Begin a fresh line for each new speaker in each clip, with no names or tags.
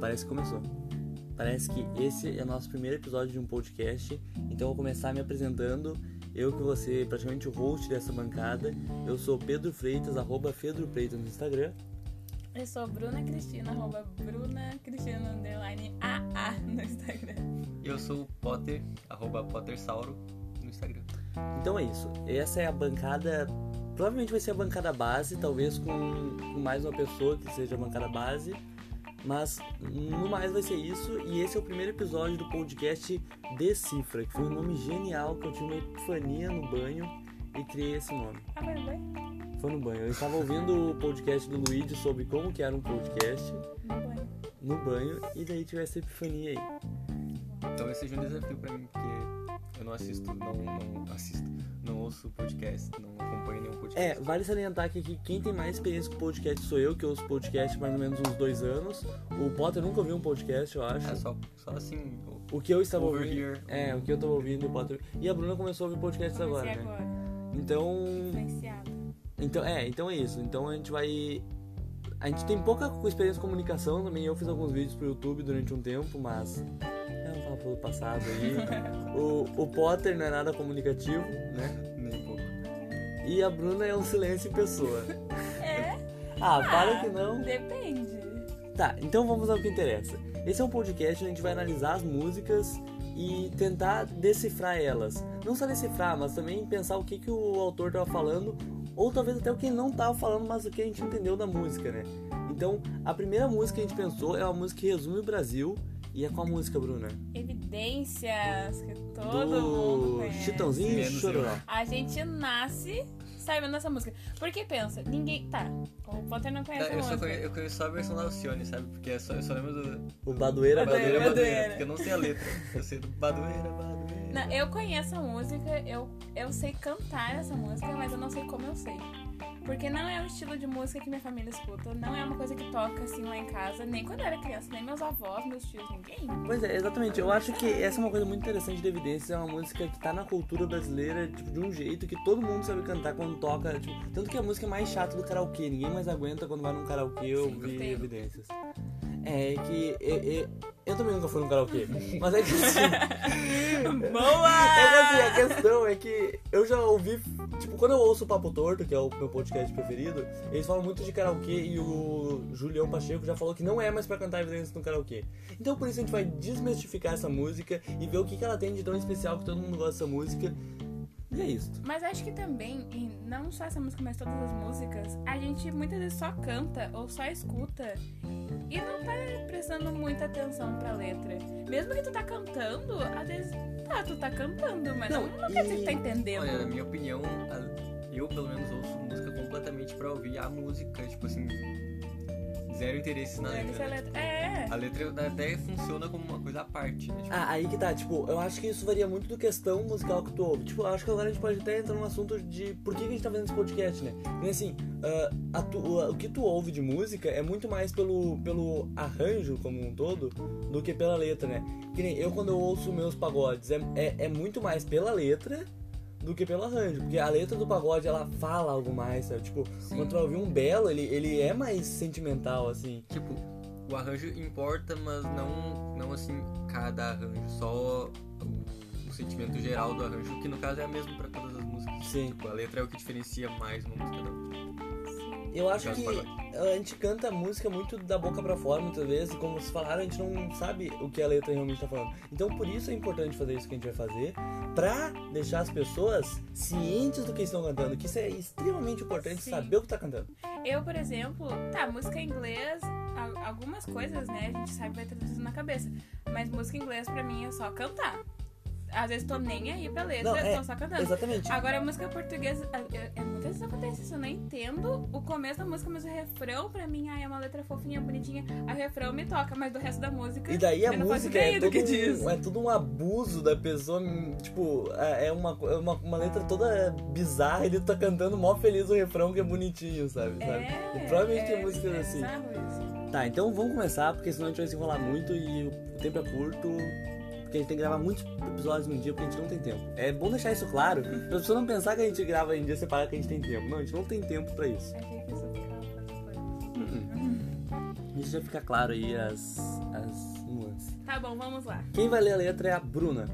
parece que começou. Parece que esse é o nosso primeiro episódio de um podcast, então eu vou começar me apresentando. Eu que vou ser praticamente o host dessa bancada. Eu sou Pedro Freitas, arroba Pedro Freitas no Instagram.
Eu sou Bruna Cristina, arroba Bruna Cristina underline AA no Instagram.
Eu sou o Potter, arroba PotterSauro no Instagram.
Então é isso. Essa é a bancada. Provavelmente vai ser a bancada base, talvez com, com mais uma pessoa que seja a bancada base. Mas no mais vai ser isso. E esse é o primeiro episódio do podcast Decifra, que foi um nome genial que eu tive uma epifania no banho e criei esse nome.
Ah, vai, vai.
Foi no banho. Eu estava ouvindo o podcast do Luigi sobre como que era um podcast
Não vai.
no banho e daí tive essa epifania aí.
Talvez seja um desafio pra mim, porque eu não assisto, não, não assisto, não ouço podcast, não acompanho nenhum
É,
podcast.
vale salientar que aqui quem tem mais experiência com podcast sou eu, que eu ouço podcast há mais ou menos uns dois anos. O Potter nunca ouviu um podcast, eu acho.
É, só, só assim, o-
O que eu estava
Over
ouvindo.
here.
É, o que eu estava ouvindo, o Potter. E a Bruna começou a ouvir podcasts agora,
Comecei
né?
agora.
Então.
Influenciado.
Então, é, então é isso. Então a gente vai. A gente tem pouca experiência em comunicação também. Eu fiz alguns vídeos pro YouTube durante um tempo, mas. É um papo do passado aí. o, o Potter não é nada comunicativo, né?
nem pouco.
E a Bruna é um silêncio em pessoa.
É?
Ah, para que não.
Depende.
Tá, então vamos ao que interessa. Esse é um podcast onde a gente vai analisar as músicas e tentar decifrar elas. Não só decifrar, mas também pensar o que, que o autor tava falando, ou talvez até o que ele não tava falando, mas o que a gente entendeu da música, né? Então, a primeira música que a gente pensou é uma música que resume o Brasil, e é qual a música, Bruna?
Evidências que todo mundo
Do
conhece.
Chitãozinho e
Menos eu.
Chororó.
A gente nasce sabendo dessa música. Porque pensa, ninguém. Tá, o Potter não conhece a
É, eu, só
música.
conheço, eu conheço só a versão da Alcione, sabe? Porque é só, eu só lembro do
O Badoeira, Badoeira,
Badoeira,
Badoeira,
Badoeira.
Badoeira.
Badoeira, porque eu não sei a letra. Eu sei do Badoeira, Badoeira.
Não, eu conheço a música, eu, eu sei cantar essa música, mas eu não sei como eu sei. Porque não é um estilo de música que minha família escuta, não é uma coisa que toca assim lá em casa, nem quando eu era criança, nem meus avós, meus tios, ninguém.
Pois é, exatamente. Eu acho que essa é uma coisa muito interessante de Evidências. É uma música que tá na cultura brasileira, tipo, de um jeito que todo mundo sabe cantar quando toca. tipo, tanto que a música é mais chata do karaokê. Ninguém mais aguenta quando vai num karaokê ouvir
entendo.
Evidências. É que. é- é- eu também nunca fui num karaokê. mas é que assim. É
Ah!
que assim, a questão é que eu já ouvi. Tipo, quando eu ouço o Papo Torto, que é o meu podcast preferido, eles falam muito de karaokê e o Julião Pacheco já falou que não é mais pra cantar evidências no karaokê. Então por isso a gente vai desmistificar essa música e ver o que, que ela tem de tão especial que todo mundo gosta dessa música. E é isso.
Mas eu acho que também, em não só essa música, mas todas as músicas, a gente muitas vezes só canta ou só escuta e não tá prestando muita atenção pra letra. Mesmo que tu tá cantando, às vezes tá, tu tá cantando, mas não,
Não,
não quer dizer
e-
que tá entendendo.
Olha, na minha opinião, a- eu pelo menos ouço música completamente pra ouvir a música, tipo assim, zero interesse na
Deve ser
letra.
a
né?
letra. É.
A letra até funciona como uma coisa à parte, né? Tipo,
Ah, aí que tá, tipo, eu acho que isso varia muito do questão musical que tu ouve. Tipo, eu acho que agora a gente pode até entrar num assunto de por que, que a gente tá fazendo esse podcast, né? Porque assim, ah, a tu- o- o que tu ouve de música é muito mais pelo, pelo arranjo como um todo do que pela letra, né? Que nem eu quando eu ouço meus pagodes, é, é, é muito mais pela letra do que pelo arranjo. Porque a letra do pagode, ela fala algo mais, sabe? Tipo,
Sim.
quando tu vai ouvir um belo, ele, ele é mais sentimental, assim.
tipo, o arranjo importa, mas não, não assim, cada arranjo, só o, o sentimento geral do arranjo, que no caso é a mesma pra todas as músicas.
Sim.
Tipo, a letra é o que diferencia mais uma música da outra.
Sim.
Eu acho
Caso
que
pagode.
a gente canta a música muito da boca pra fora, muitas vezes, e como vocês falaram, a gente não sabe o que a letra realmente tá falando. Então, por isso é importante fazer isso que a gente vai fazer, pra deixar as pessoas cientes do que estão cantando, que isso é extremamente importante,
Sim.
saber o que tá cantando.
Eu, por exemplo, tá, música em inglês, a- algumas coisas, né, a gente sabe vai traduzido na cabeça. Mas música em inglês pra mim é só cantar. Às vezes tô nem aí pra letra,
Não, é,
tô só cantando.
Exatamente.
Agora, a música portuguesa, a- é- é, muitas vezes acontece isso, eu não entendo o começo da música, mas o refrão pra mim ai, é uma letra fofinha, bonitinha, aí o refrão me toca, mas do resto da música.
E daí a
eu não faço
música
ideia
é
do
todo,
que diz.
um, é todo um abuso da pessoa, hum, tipo, é é uma, é uma, uma letra toda bizarra, ele tá cantando mó feliz o refrão que é bonitinho, sabe? sabe?
É,
Provavelmente
é,
tem músicas
é
assim.
bizarro isso.
Tá, então vamos começar, porque senão a gente vai se enrolar muito e o tempo é curto, porque a gente tem que gravar muitos episódios num dia, porque a gente não tem tempo. É bom deixar isso claro, pra
Uhum.
pessoa não pensar que a gente grava em dia
É
separado que a gente tem tempo. Não, a gente não tem tempo pra isso.
Achei que isso ficava pra depois.
Deixa ficar claro aí as, as nuances.
Tá bom, vamos lá.
Quem vai ler a letra é a Bruna.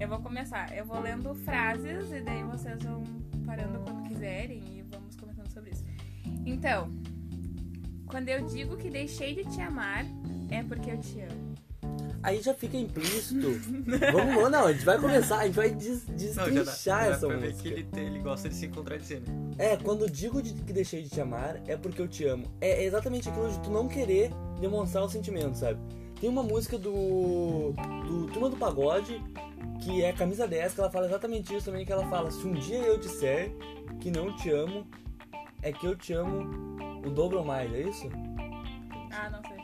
Eu vou começar. Eu vou lendo frases e daí vocês vão parando quando quiserem e vamos comentando sobre isso. Então, quando eu digo que deixei de te amar, é porque eu te amo.
Aí já fica implícito. Vamos, não, a gente vai começar, a gente vai des,
já
destrinchar
dá
essa
pra ver
música.
que ele, te- ele gosta de se contradizer, né?
É, quando digo de- que deixei de te amar, é porque eu te amo. É é exatamente aquilo de tu não querer demonstrar o sentimento, sabe? Tem uma música do. do Turma do Pagode, que é Camisa 10, que ela fala exatamente isso também, que ela fala, se um dia eu disser que não te amo, é que eu te amo o dobro ou mais, é isso?
Ah, não sei.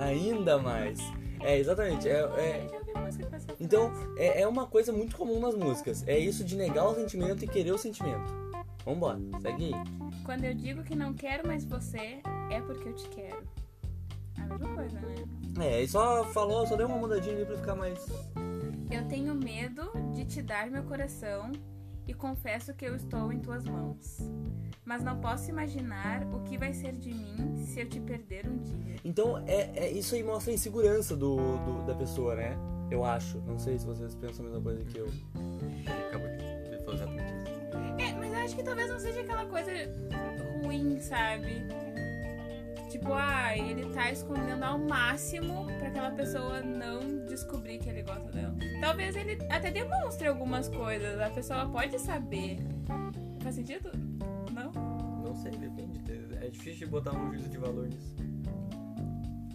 Ainda mais. É, exatamente. É, é-
Eu já ouvi música com essa
então,
frase.
é, é uma coisa muito comum nas músicas. É isso de negar o sentimento e querer o sentimento. Vambora, segue aí.
Quando eu digo que não quero mais você, é porque eu te quero. A mesma coisa, né?
É, e só falou, só deu uma mudadinha ali pra ficar mais.
Eu tenho medo de te dar meu coração e confesso que eu estou em tuas mãos. Mas não posso imaginar o que vai ser de mim se eu te perder um dia.
Então, é, é- isso aí mostra a insegurança do, do- da pessoa, né? Eu acho. Não sei se vocês pensam a mesma coisa que eu.
Ele acabou de ele falou exatamente isso.
É, mas eu acho que talvez não seja aquela coisa ruim, sabe? Tipo, ah, ele tá escondendo ao máximo pra aquela pessoa não descobrir que ele gosta dela. Talvez ele até demonstre algumas coisas, a pessoa pode saber. Faz sentido? Não?
Não sei, depende. É difícil de botar um juízo de valor nisso.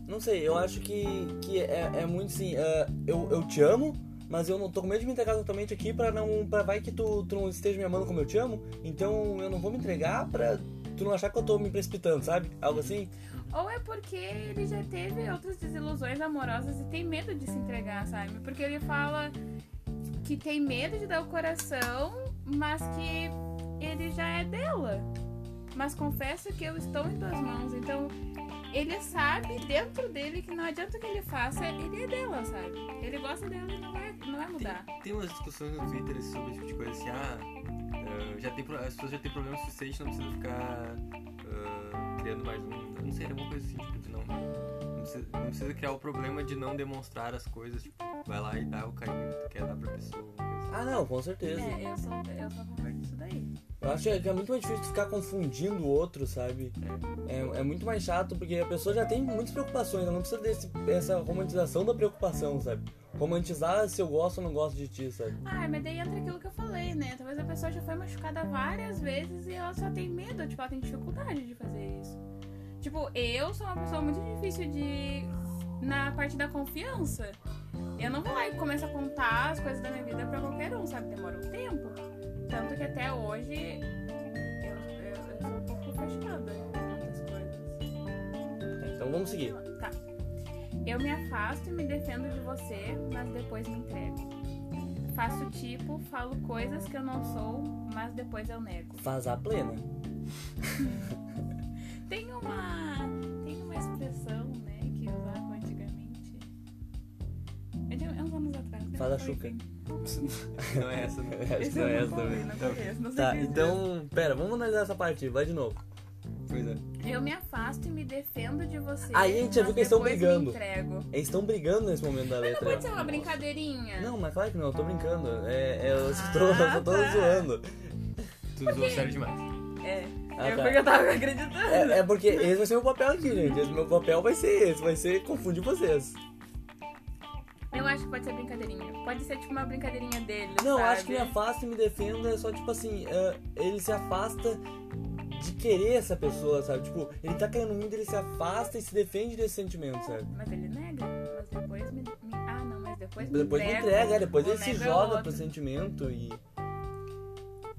Não sei, eu acho que, que é, é muito assim. é, eu, eu te amo, mas eu não tô com medo de me entregar totalmente aqui pra não. pra vai que tu, tu não esteja me amando como eu te amo, então eu não vou me entregar pra tu não achar que eu tô me precipitando, sabe? Algo assim.
Ou é porque ele já teve outras desilusões amorosas e tem medo de se entregar, sabe? Porque ele fala que tem medo de dar o coração, mas que ele já é dela. Mas confesso que eu estou em tuas mãos, então ele sabe dentro dele que não adianta o que ele faça, ele é dela, sabe? Ele gosta dela e não vai, não vai mudar.
Tem, tem umas discussões no Twitter sobre esse tipo de coisa assim, ah, ah, já tem, pro- as pessoas já têm problema suficiente, não precisa ficar ah, criando mais um. Eu não sei, alguma coisa assim, tipo, de não. Não precisa, não precisa criar o problema de não demonstrar as coisas, tipo, vai lá e dá o carinho que tu quer dar pra pessoa. alguma coisa assim.
Ah, não, com certeza.
É, eu sou, eu sou a favor disso daí.
Eu acho que é muito mais difícil ficar confundindo o outro, sabe? É, é muito mais chato porque a pessoa já tem muitas preocupações, ela não precisa desse, dessa romantização da preocupação, sabe? Romantizar se eu gosto ou não gosto de ti, sabe?
Ah, mas daí entra aquilo que eu falei, né? Talvez a pessoa já foi machucada várias vezes e ela só tem medo, tipo, ela tem dificuldade de fazer isso. Tipo, eu sou uma pessoa muito difícil de. na parte da confiança. Eu não vou lá e começo a contar as coisas da minha vida pra qualquer um, sabe? Demora um tempo. Tanto que até hoje eu, eu- eu sou um pouco fechada em muitas coisas.
Então vamos seguir.
Tá. Eu me afasto e me defendo de você, mas depois me entrego. Faço tipo, falo coisas que eu não sou, mas depois eu nego.
Vazar plena.
Tem uma. Tem uma expressão, né, que usava antigamente. É de uns anos atrás. né?
Fala,
Foi,
Xuca.
enfim.
Não é essa, né?
Acho
Esse
que não é
eu
essa
não ouvi,
também.
não conheço, não sei
Tá,
quem é.
então, pera, vamos analisar essa parte, vai de novo.
Pois é.
Eu me afasto e me defendo de você.
Aí a gente já viu
mas
que eles tão
depois me
brigando.
entrego.
Eles estão brigando nesse momento da
Mas não
letra.
pode ser uma brincadeirinha.
Não, mas claro que não, eu tô brincando. É, é, eu só tô,
Ah,
eu só tô
tá.
zoando.
Tu usou sério demais.
É.
Ah,
é
tá.
porque eu tava acreditando.
É, é porque esse vai ser meu papel aqui, gente. Esse meu papel vai ser esse, vai ser confundir vocês.
Eu acho que pode ser brincadeirinha. Pode ser tipo uma brincadeirinha dele.
Não,
sabe?
acho que me afasta e me defenda é só tipo assim, é, ele se afasta de querer essa pessoa, sabe? Tipo, ele tá querendo muito, ele se afasta e se defende desse sentimento, sabe?
Mas ele nega, mas depois me. me- Ah, não, mas depois me
Depois ele
entrega.
entrega, é, depois
Ou
ele se
nega
joga
outro.
pro sentimento e.
Hum.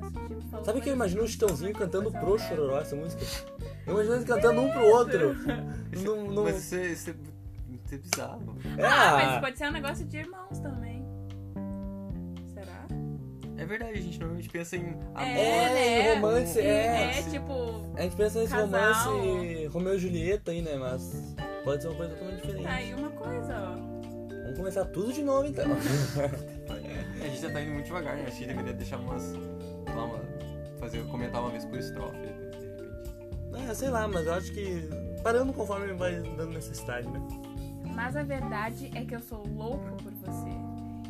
Faço, tipo, falo
Sabe o que eu
coisas
imagino o Chitãozinho
que
cantando
eu
pro
quero.
Chororó essa música? Eu imagino eles cantando um pro outro. Não, não...
Mas isso é, isso, é, isso é bizarro.
Ah, mas
Ah,
pode ser um negócio de irmãos também. Será?
É verdade, a gente normalmente pensa em amor.
É, e romance,
e-
é.
né? É, tipo.
a gente pensa nesse
Casal.
romance Romeu e Julieta aí, né? Mas pode ser uma coisa totalmente
Tá
diferente.
aí uma coisa, ó.
Vamos começar tudo de novo então.
A gente já tá indo muito devagar, né? A gente deveria deixar umas. Lá, uma, fazer, comentar uma vez por estrofe, de repente.
Ah, sei lá, mas eu acho que parando conforme vai dando necessidade, né?
Mas a verdade é que eu sou louco por você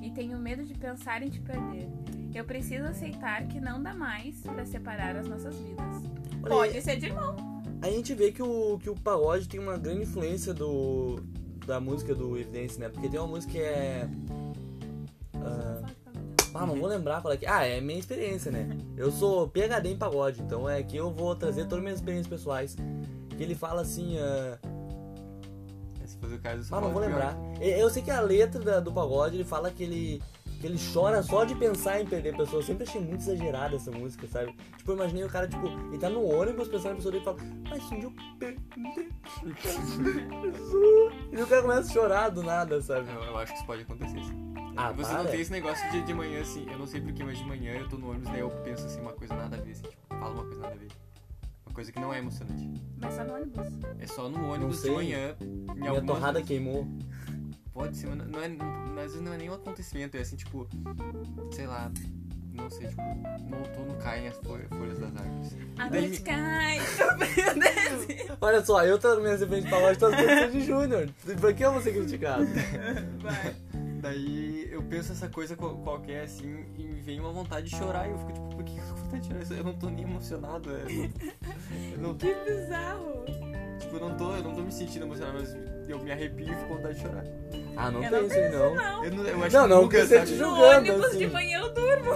e tenho medo de pensar em te perder. Eu preciso aceitar que não dá mais pra separar as nossas vidas.
Olha
Pode ser de irmão.
A gente vê que o, que o pagode tem uma grande influência do, da música do Evidence, né? Porque tem uma música que é. ah, Ah, não vou lembrar qual é que. Ah, é minha experiência, né? Eu sou PHD em pagode, então é que eu vou trazer todas as minhas experiências pessoais. Que ele fala assim. ah,
Se fosse o caso, você
ah, não
pode
vou
pegar.
lembrar. E- Eu sei que a letra da- do pagode ele fala que ele. Que ele chora só de pensar em perder pessoas. Eu sempre achei muito exagerada essa música, sabe? Tipo, eu imaginei o cara, tipo, ele tá no ônibus pensando em pessoa dele e fala, mas se um dia eu perder pessoa. E o cara começa a chorar do nada, sabe?
Eu, eu acho que isso pode acontecer. Sim.
Ah,
Você
para.
não tem esse negócio de, de manhã assim, eu não sei porquê, mas de manhã eu tô no ônibus, daí eu penso assim, uma coisa nada a ver, assim, tipo, falo uma coisa nada a ver. Uma coisa que não é emocionante.
Mas só no ônibus.
É só no ônibus de
sei.
manhã. Em
Minha
algumas
torrada
horas.
queimou.
Pode ser, mas não é, não- às vezes não é nenhum acontecimento, é assim, tipo, sei lá, não sei, tipo, no outono caem as fol- folhas das árvores.
A
Daí-
noite cai sobre o
Olha só, eu trago minhas referências de pagode todas as pessoas de Júnior. Por que eu vou ser criticado?
Vai.
Daí eu penso essa coisa qual- qualquer assim e me vem uma vontade de chorar e eu fico tipo, por que eu tô com vontade de chorar? Eu não tô nem emocionado. é, Eu não,
Que bizarro.
tipo, eu não tô, eu não tô me sentindo emocionado, mas eu me arrepio e fico com vontade de chorar.
Ah, não
Eu
tem isso aí não.
não.
Eu não, eu acho
Não,
que
não,
nunca,
que você
sabe?
te
No
julgando,
ônibus
assim.
de manhã eu durmo.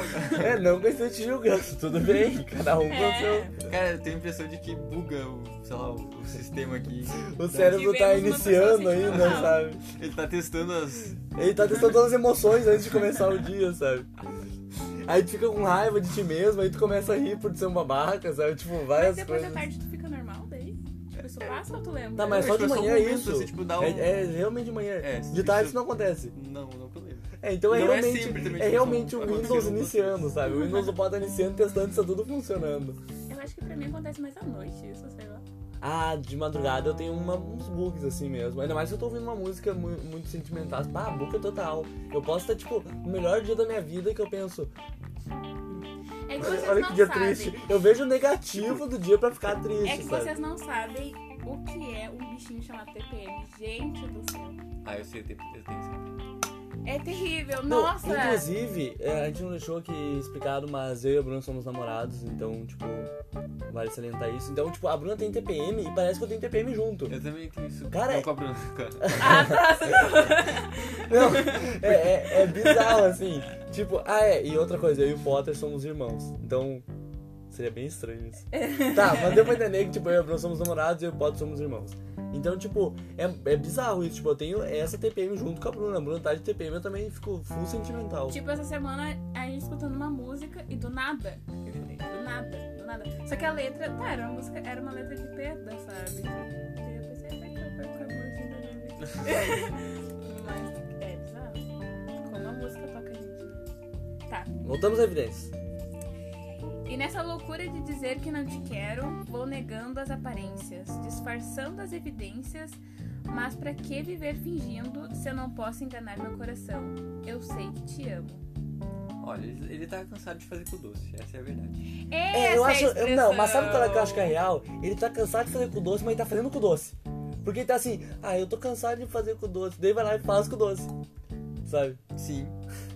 É, não que eu esteja te julgando, tudo bem. Cada um
É.
com
Cara, eu tenho a impressão de que buga o, sei lá, o, o sistema aqui.
o seu. O cérebro tá
Tivemos uma
iniciando
pessoa
ainda,
sentimental.
sabe?
Ele tá testando as.
Ele tá testando todas as emoções antes de começar o dia, sabe? Aí tu fica com raiva de ti mesmo, aí tu começa a rir por ser um babaca, sabe? Tipo,
Mas
várias
depois
coisas.
da tarde tu fica normal daí? Tipo, isso passa ou tu lembra?
Tá, mas
Eu
só de
acho que é só um
manhã é
momento,
isso.
assim, tipo, dá um-
é, é realmente de manhã.
É,
de tarde
isso-
isso não acontece.
Não, não que eu lembro.
É, então é
Não é
realmente,
sempre também
é
que
realmente
são-
o
aconteceram
Windows
outras
iniciando,
coisas.
sabe? O Windows do bota iniciando, testando se tá tudo funcionando.
Eu acho que pra mim acontece mais à noite isso, sei lá.
Ah, de madrugada eu tenho uma- uns bugs assim mesmo. Ainda mais se eu tô ouvindo uma música mu- muito sentimental. Ah, buca total. Eu posso estar, tipo, no melhor dia da minha vida que eu penso.
É que vocês
Olha
não
que dia
sabem.
triste. Eu vejo o negativo do dia pra ficar triste,
É que
sabe?
vocês não sabem o que é um bichinho chamado TPM. Gente do céu.
Ah, eu sei, eu tenho, eu tenho sim.
É terrível.
Não,
Nossa.
Inclusive, é, a gente não deixou aqui explicado, mas eu e a Bruna somos namorados, então, tipo, vale salientar isso. Então, tipo, a Bruna tem TPM e parece que eu tenho TPM junto.
Eu também tenho isso.
Cara,
não
é-
com a Bruna, cara.
Ah, tá. você tá-
Não, é, é, é bizarro, assim. Tipo, ah, é, e outra coisa, eu e o Potter somos irmãos. Então, seria bem estranho isso.
É.
Tá, mas deu pra entender que, tipo, eu e o Bruno somos namorados e eu e o Potter somos irmãos. Então, tipo, é, é bizarro isso. Tipo, eu tenho essa TPM junto com a Bruna. A Bruna tá de TPM, eu também fico full sentimental.
tipo, essa semana a gente escutando uma música e do nada. eu gritei, Do nada, do nada. Só que a letra, tá, era uma música, era uma letra de perda, sabe? E aí eu pensei, vai é que eu perco a música da minha vida. Mas é bizarro. Como a música toca a gente, né? Tá.
Voltamos à evidência.
E nessa loucura de dizer que não te quero, vou negando as aparências, disfarçando as evidências, mas pra que viver fingindo se eu não posso enganar meu coração? Eu sei que te amo.
Olha, ele, ele tá cansado de fazer com o doce, essa é a verdade.
Essa
É, eu
a
acho. eu- não, mas sabe qual é que eu acho que é
expressão.
real? Ele tá cansado de fazer com doce, mas ele tá fazendo com doce. Porque ele tá assim, ah, eu tô cansado de fazer com doce. Daí vai lá e faz com doce. Sabe?
Sim.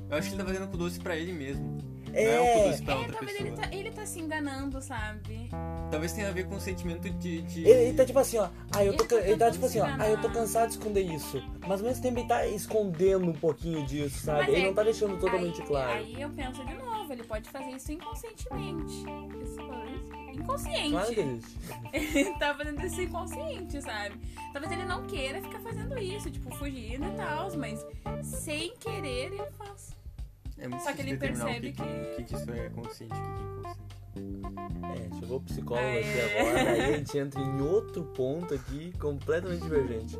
Eu acho que ele tá fazendo com o doce pra ele mesmo. Não é um com o
É.
doce pra
É,
outra
talvez
pessoa.
ele tá, ele tá se enganando, sabe?
Talvez tenha a ver com o sentimento de. de...
Ele, ele tá tipo assim, ó. Ah, eu
Ele
tô,
tá
can- ele tá
tentando
tipo assim,
se
ó.
enganar.
Ah, eu tô cansado de esconder isso. Mas ao mesmo tempo ele tá escondendo um pouquinho disso, sabe?
Mas
ele
é
não tá deixando totalmente
aí,
claro.
Aí eu penso de novo, ele pode fazer isso inconscientemente. Isso- Inconsciente.
Claro que existe.
Ele tá fazendo isso inconsciente, sabe? Talvez ele não queira ficar fazendo isso, tipo, fugindo e tal, mas sem querer ele faz.
É muito
Só que ele
difícil determinar
percebe
o que, que isso é consciente, o que, que é inconsciente.
É, chegou o psicólogo
Aê.
aqui agora, aí a gente entra em outro ponto aqui, completamente divergente.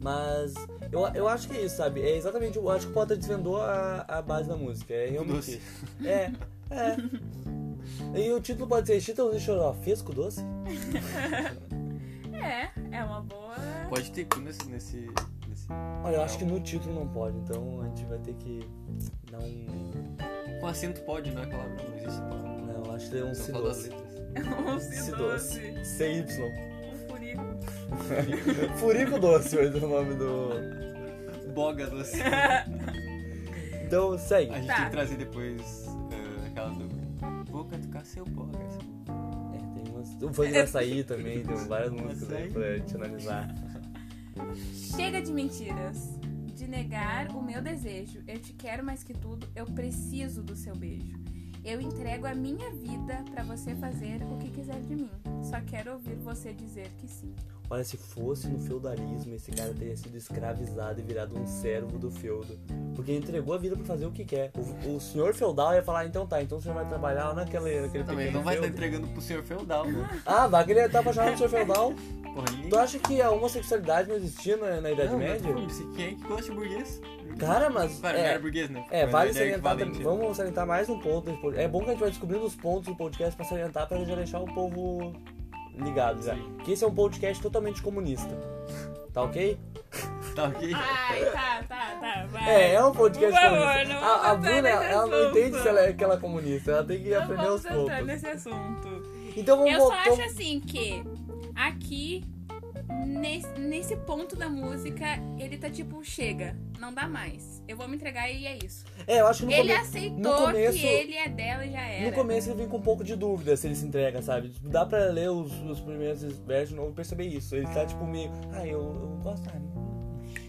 Mas eu, eu acho que é isso, sabe? É exatamente, eu acho que o Potter desvendou a, a base da música. É
Com
realmente
doce.
isso. É, é. E o título pode ser Cheetos e Chorofesco Doce?
É, é uma boa.
Pode ter cu nesse. nesse, nesse...
Olha, eu acho que no título não pode, então a gente vai ter que dar um...
Com acento pode, não é a palavra, não existe a palavra.
Não, eu acho que é um
São
si
só das
doce.
letras.
O Cidoce.
CY.
O um Furico.
Furico Doce vai ser o nome do.
Boga doce.
Então segue.
A gente
Tá.
tem que trazer depois eh, aquela do. Vou catucar seu boga.
É, tem umas. O funk do açaí também, tem várias músicas aí
Açaí.
pra te analisar.
Chega de mentiras. De negar o meu desejo. Eu te quero mais que tudo. Eu preciso do seu beijo. Eu entrego a minha vida pra você fazer o que quiser de mim. Só quero ouvir você dizer que sim.
Olha, se fosse no feudalismo, esse cara teria sido escravizado e virado um servo do feudo. Porque ele entregou a vida pra fazer o que quer. O, o senhor feudal ia falar, então tá, então o senhor vai trabalhar naquele naquele
Também
pequeno
não vai estar
feudo.
entregando pro senhor feudal, né?
Ah, vai que ele tá apaixonado no senhor feudal.
Porra, ninguém.
Tu acha que a homossexualidade não existia na, na Idade
Não, mas
Média?
foda-se, Quem é que gosta de burguês?
Cara, mas...
Claro, não
é,
era burguês, né?
É,
Mas
vale
ele era
salientar
equivalente,
também. Vamos salientar mais um ponto. desse podcast. É bom que a gente vai descobrindo os pontos do podcast pra salientar pra já deixar o povo ligado já.
Sim.
Que esse é um podcast totalmente comunista. Tá ok?
né? Tá ok?
Ai, tá, tá, tá. Vai.
É, é um podcast
Por favor,
comunista.
não
a, a
vamos
Bruna,
entrar nesse
ela não
assunto.
entende se ela é aquela comunista. Ela tem que
Não
aprender aos
Então vamos entrar
poucos.
nesse assunto.
Então vamos
Eu só
voltar.
acho assim que aqui, nesse, nesse ponto da música, ele tá tipo, chega, não dá mais. Eu vou me entregar e é isso.
É, eu acho que no,
ele
come-
aceitou
no começo-
que ele é dela e já era.
no começo ele vem com um pouco de dúvida se ele se entrega, sabe? Tipo, Dá pra ler os, os primeiros versos de novo e perceber isso. Ele tá tipo meio. Ah, eu, eu gosto. ah,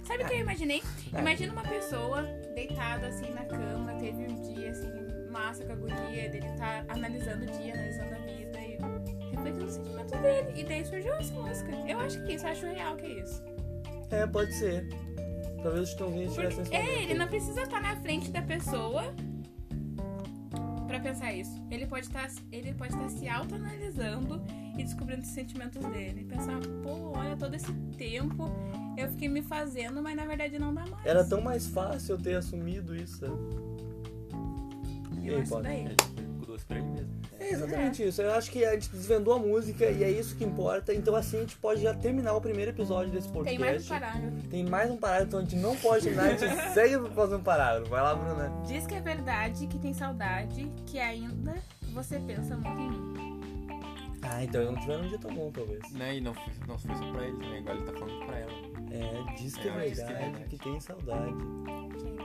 Sabe o que eu imaginei?
Ah.
Imagina uma pessoa deitada assim na cama, teve um dia assim, massa com a guria, dele tá analisando o dia, analisando a vida e refletindo os sentimentos dele. E daí surgiu essa música. Eu acho que é isso, eu acho real que é isso.
É, pode ser. Talvez o Chitãozinho estivesse nesse
Porque, é,
momento.
ele não precisa estar na frente da pessoa pra pensar isso. Ele pode estar, ele pode estar se autoanalisando e descobrindo os sentimentos dele. E pensar, pô, olha, todo esse tempo eu fiquei me fazendo, mas na verdade não dá mais.
Era tão mais fácil eu ter assumido isso. sabe? E
Eu
aí,
acho
pode?
daí.
Com doce pra ele mesmo.
É exatamente isso. Eu acho que a gente desvendou a música e é isso que importa. Então assim a gente pode já terminar o primeiro episódio desse podcast.
Tem mais um parágrafo.
Tem mais um parágrafo, então a gente não pode terminar, a gente segue pro próximo parágrafo. Vai lá, Bruna.
Diz que é verdade, que tem saudade, que ainda você pensa muito em mim.
Ah, então eu não tiver um dia tão bom, talvez.
Né? E não foi, não foi só pra ele, né? Agora ele tá falando pra ela.
É, diz que é,
É, diz que é
verdade,
verdade.
que tem saudade.
Que ainda você pensa muito em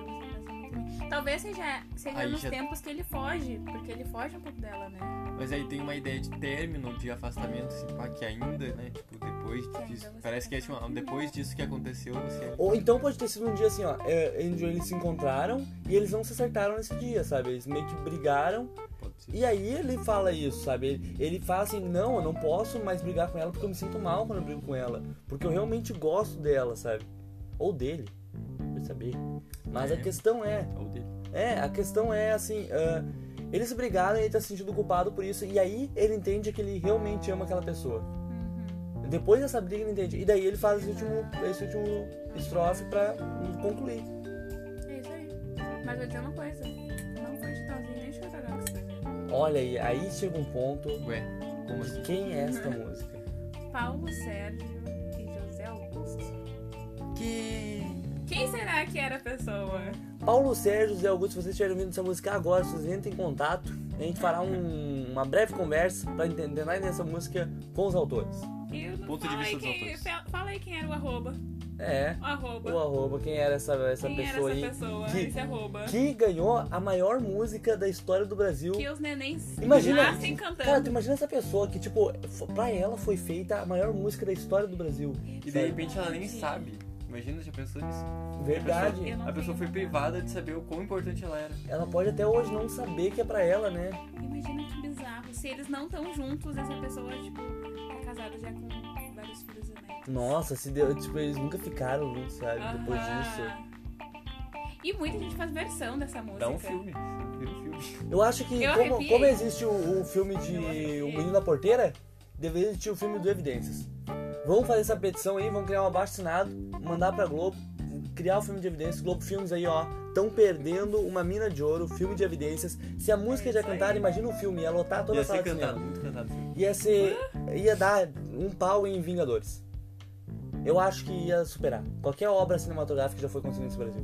mim. Talvez seja, seja
Aí
nos
já-
tempos que ele foge, porque ele foge um pouco dela, né?
Mas aí tem uma ideia de término, de afastamento, assim, pá, que ainda, né? Tipo,
ainda
depois disso.
você
Parece que é
tá
tipo,
falando.
depois disso que aconteceu, você. é-
Ou então pode ter sido um dia assim, ó, é, onde eles se encontraram e eles não se acertaram nesse dia, sabe? Eles meio que brigaram
Pode ser.
E aí ele fala isso, sabe? Ele, ele fala assim, não, eu não posso mais brigar com ela porque eu me sinto mal quando eu brigo com ela. Porque eu realmente gosto dela, sabe? Ou dele, vai saber. Mas a
É.
questão é,
Ou dele.
é, a questão é assim, ah, eles brigaram e ele tá se sentindo culpado por isso. E aí ele entende que ele realmente ama aquela pessoa.
Uhum.
Depois dessa briga ele entende. E daí ele faz esse último, esse último estrofe pra hum, concluir.
É isso aí. Mas vou dizer uma coisa. Não foi Chitãozinho nem Chororó que escreveu.
Olha aí, aí chega um ponto
Ué, como
de
assim?
quem é esta
Uhum.
música.
Paulo Sérgio e José Augusto.
Que.
Quem será que era a pessoa?
Paulo Sérgio, Zé Augusto, se vocês estiverem ouvindo essa música agora, se vocês entrem em contato, a gente fará um- uma breve conversa para entender mais dessa música com os autores.
Eu não
Ponto de
fala,
vista dos
aí quem,
autores.
fa- fala aí quem era o arroba.
É,
O
o
arroba.
arroba, quem era essa, essa
quem
pessoa
era
aí?
essa pessoa?
que-
Esse arroba.
Que ganhou a maior música da história do Brasil.
Que os nenéns
Imagina-
nascem
Cara, tu
cantando.
imagina essa pessoa que, tipo, f- pra ela foi feita a maior música da história do Brasil.
E de repente ela nem sabe. Imagina, já pensou nisso?
Verdade.
Eu não
A
tenho
pessoa foi
nada.
privada de saber o quão importante ela era.
Ela pode até hoje não saber que é pra ela, né?
Imagina que bizarro. Se eles não estão juntos, essa pessoa, tipo, é casada já com vários filhos e netos.
Nossa, se deu, tipo, eles nunca ficaram juntos, sabe? Depois disso.
Aham. E muita gente faz versão dessa música.
Dá um filme. Vira um filme.
Eu acho que,
Eu
como,
arrepiei.
como existe o, o filme de
Eu arrepiei.
O Menino da Porteira, deveria existir o filme do Evidências. Vamos fazer essa petição aí, vamos criar um abaixo-assinado, mandar pra Globo, criar o filme de Evidências. Globo Filmes aí, ó, estão perdendo uma mina de ouro, filme de Evidências. Se a música
É
já
isso aí.
cantada, imagina o filme, ia lotar toda
Ia
a sala
ser
de
cantado,
cinema.
muito cantado. assim.
Ia ser... ia dar um pau em Vingadores. Eu acho que ia superar. Qualquer obra cinematográfica que já foi construída nesse Brasil.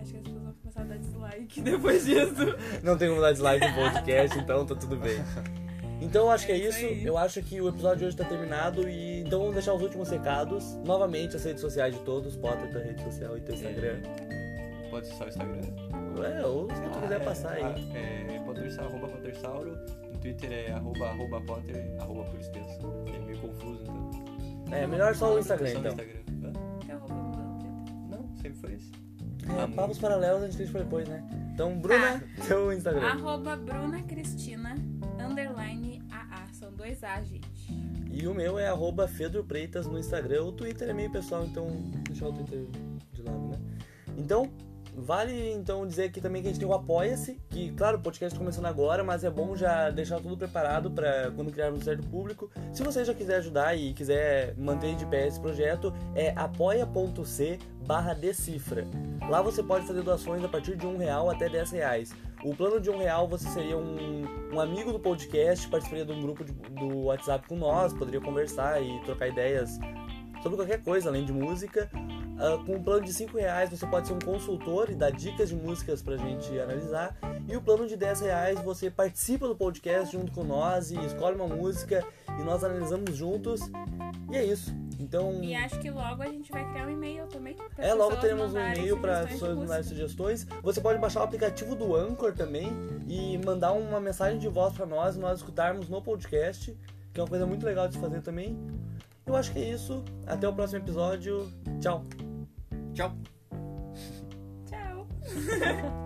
Acho que as pessoas vão começar a dar dislike depois disso.
Não tem como dar dislike no podcast, então tá tudo bem. Então eu acho que é
É isso
isso.
aí.
Eu acho que o episódio de hoje tá terminado. E então vamos deixar os últimos recados. Novamente, as redes sociais de todos, Potter, tua rede social e teu Instagram.
Pode ser só o Instagram.
É, ou se tu quiser
Ah, é,
passar aí.
ah, É, Pottersauro, arroba Pottersauro. No Twitter é arroba, arroba Potter, arroba por extenso. É meio confuso, então.
É, melhor só o Instagram,
Ah, Só no
então.
Instagram. Hã?
Eu vou mudar o Twitter.
Não, sempre foi isso.
É, papos paralelos a gente deixa pra depois, né? Então, Bruna,
Ah.
teu Instagram.
Arroba Bruna Cristina, underline AA. São dois A, gente.
E o meu é arroba Fedro Freitas no Instagram. O Twitter é meio pessoal, então deixar o Twitter de lado, né? Então, vale então dizer aqui também que a gente tem o Apoia-se, que claro, o podcast tá começando agora, mas é bom já deixar tudo preparado para quando criar um certo público. Se você já quiser ajudar e quiser manter de pé esse projeto, é apoia.c barra decifra. Lá você pode fazer doações a partir de um real até 10 reais. O plano de um real você seria um, um amigo do podcast, participaria de um grupo de- do WhatsApp com nós, poderia conversar e trocar ideias sobre qualquer coisa além de música. Ah, com um plano de 5 reais você pode ser um consultor e dar dicas de músicas pra gente analisar. E o plano de 10 reais você participa do podcast junto com nós e escolhe uma música e nós analisamos juntos. E é isso. Então.
E acho que logo a gente vai criar um e-mail também. pras
É, logo
pessoas
teremos um
mandarem
e-mail para
sugestões de
pessoas mandarem
música.
sugestões. Você pode baixar o aplicativo do Anchor também e mandar uma mensagem de voz para nós, nós escutarmos no podcast, que é uma coisa muito legal de se fazer também. Eu acho que é isso. Até o próximo episódio. Tchau.
Tchau.
Tchau.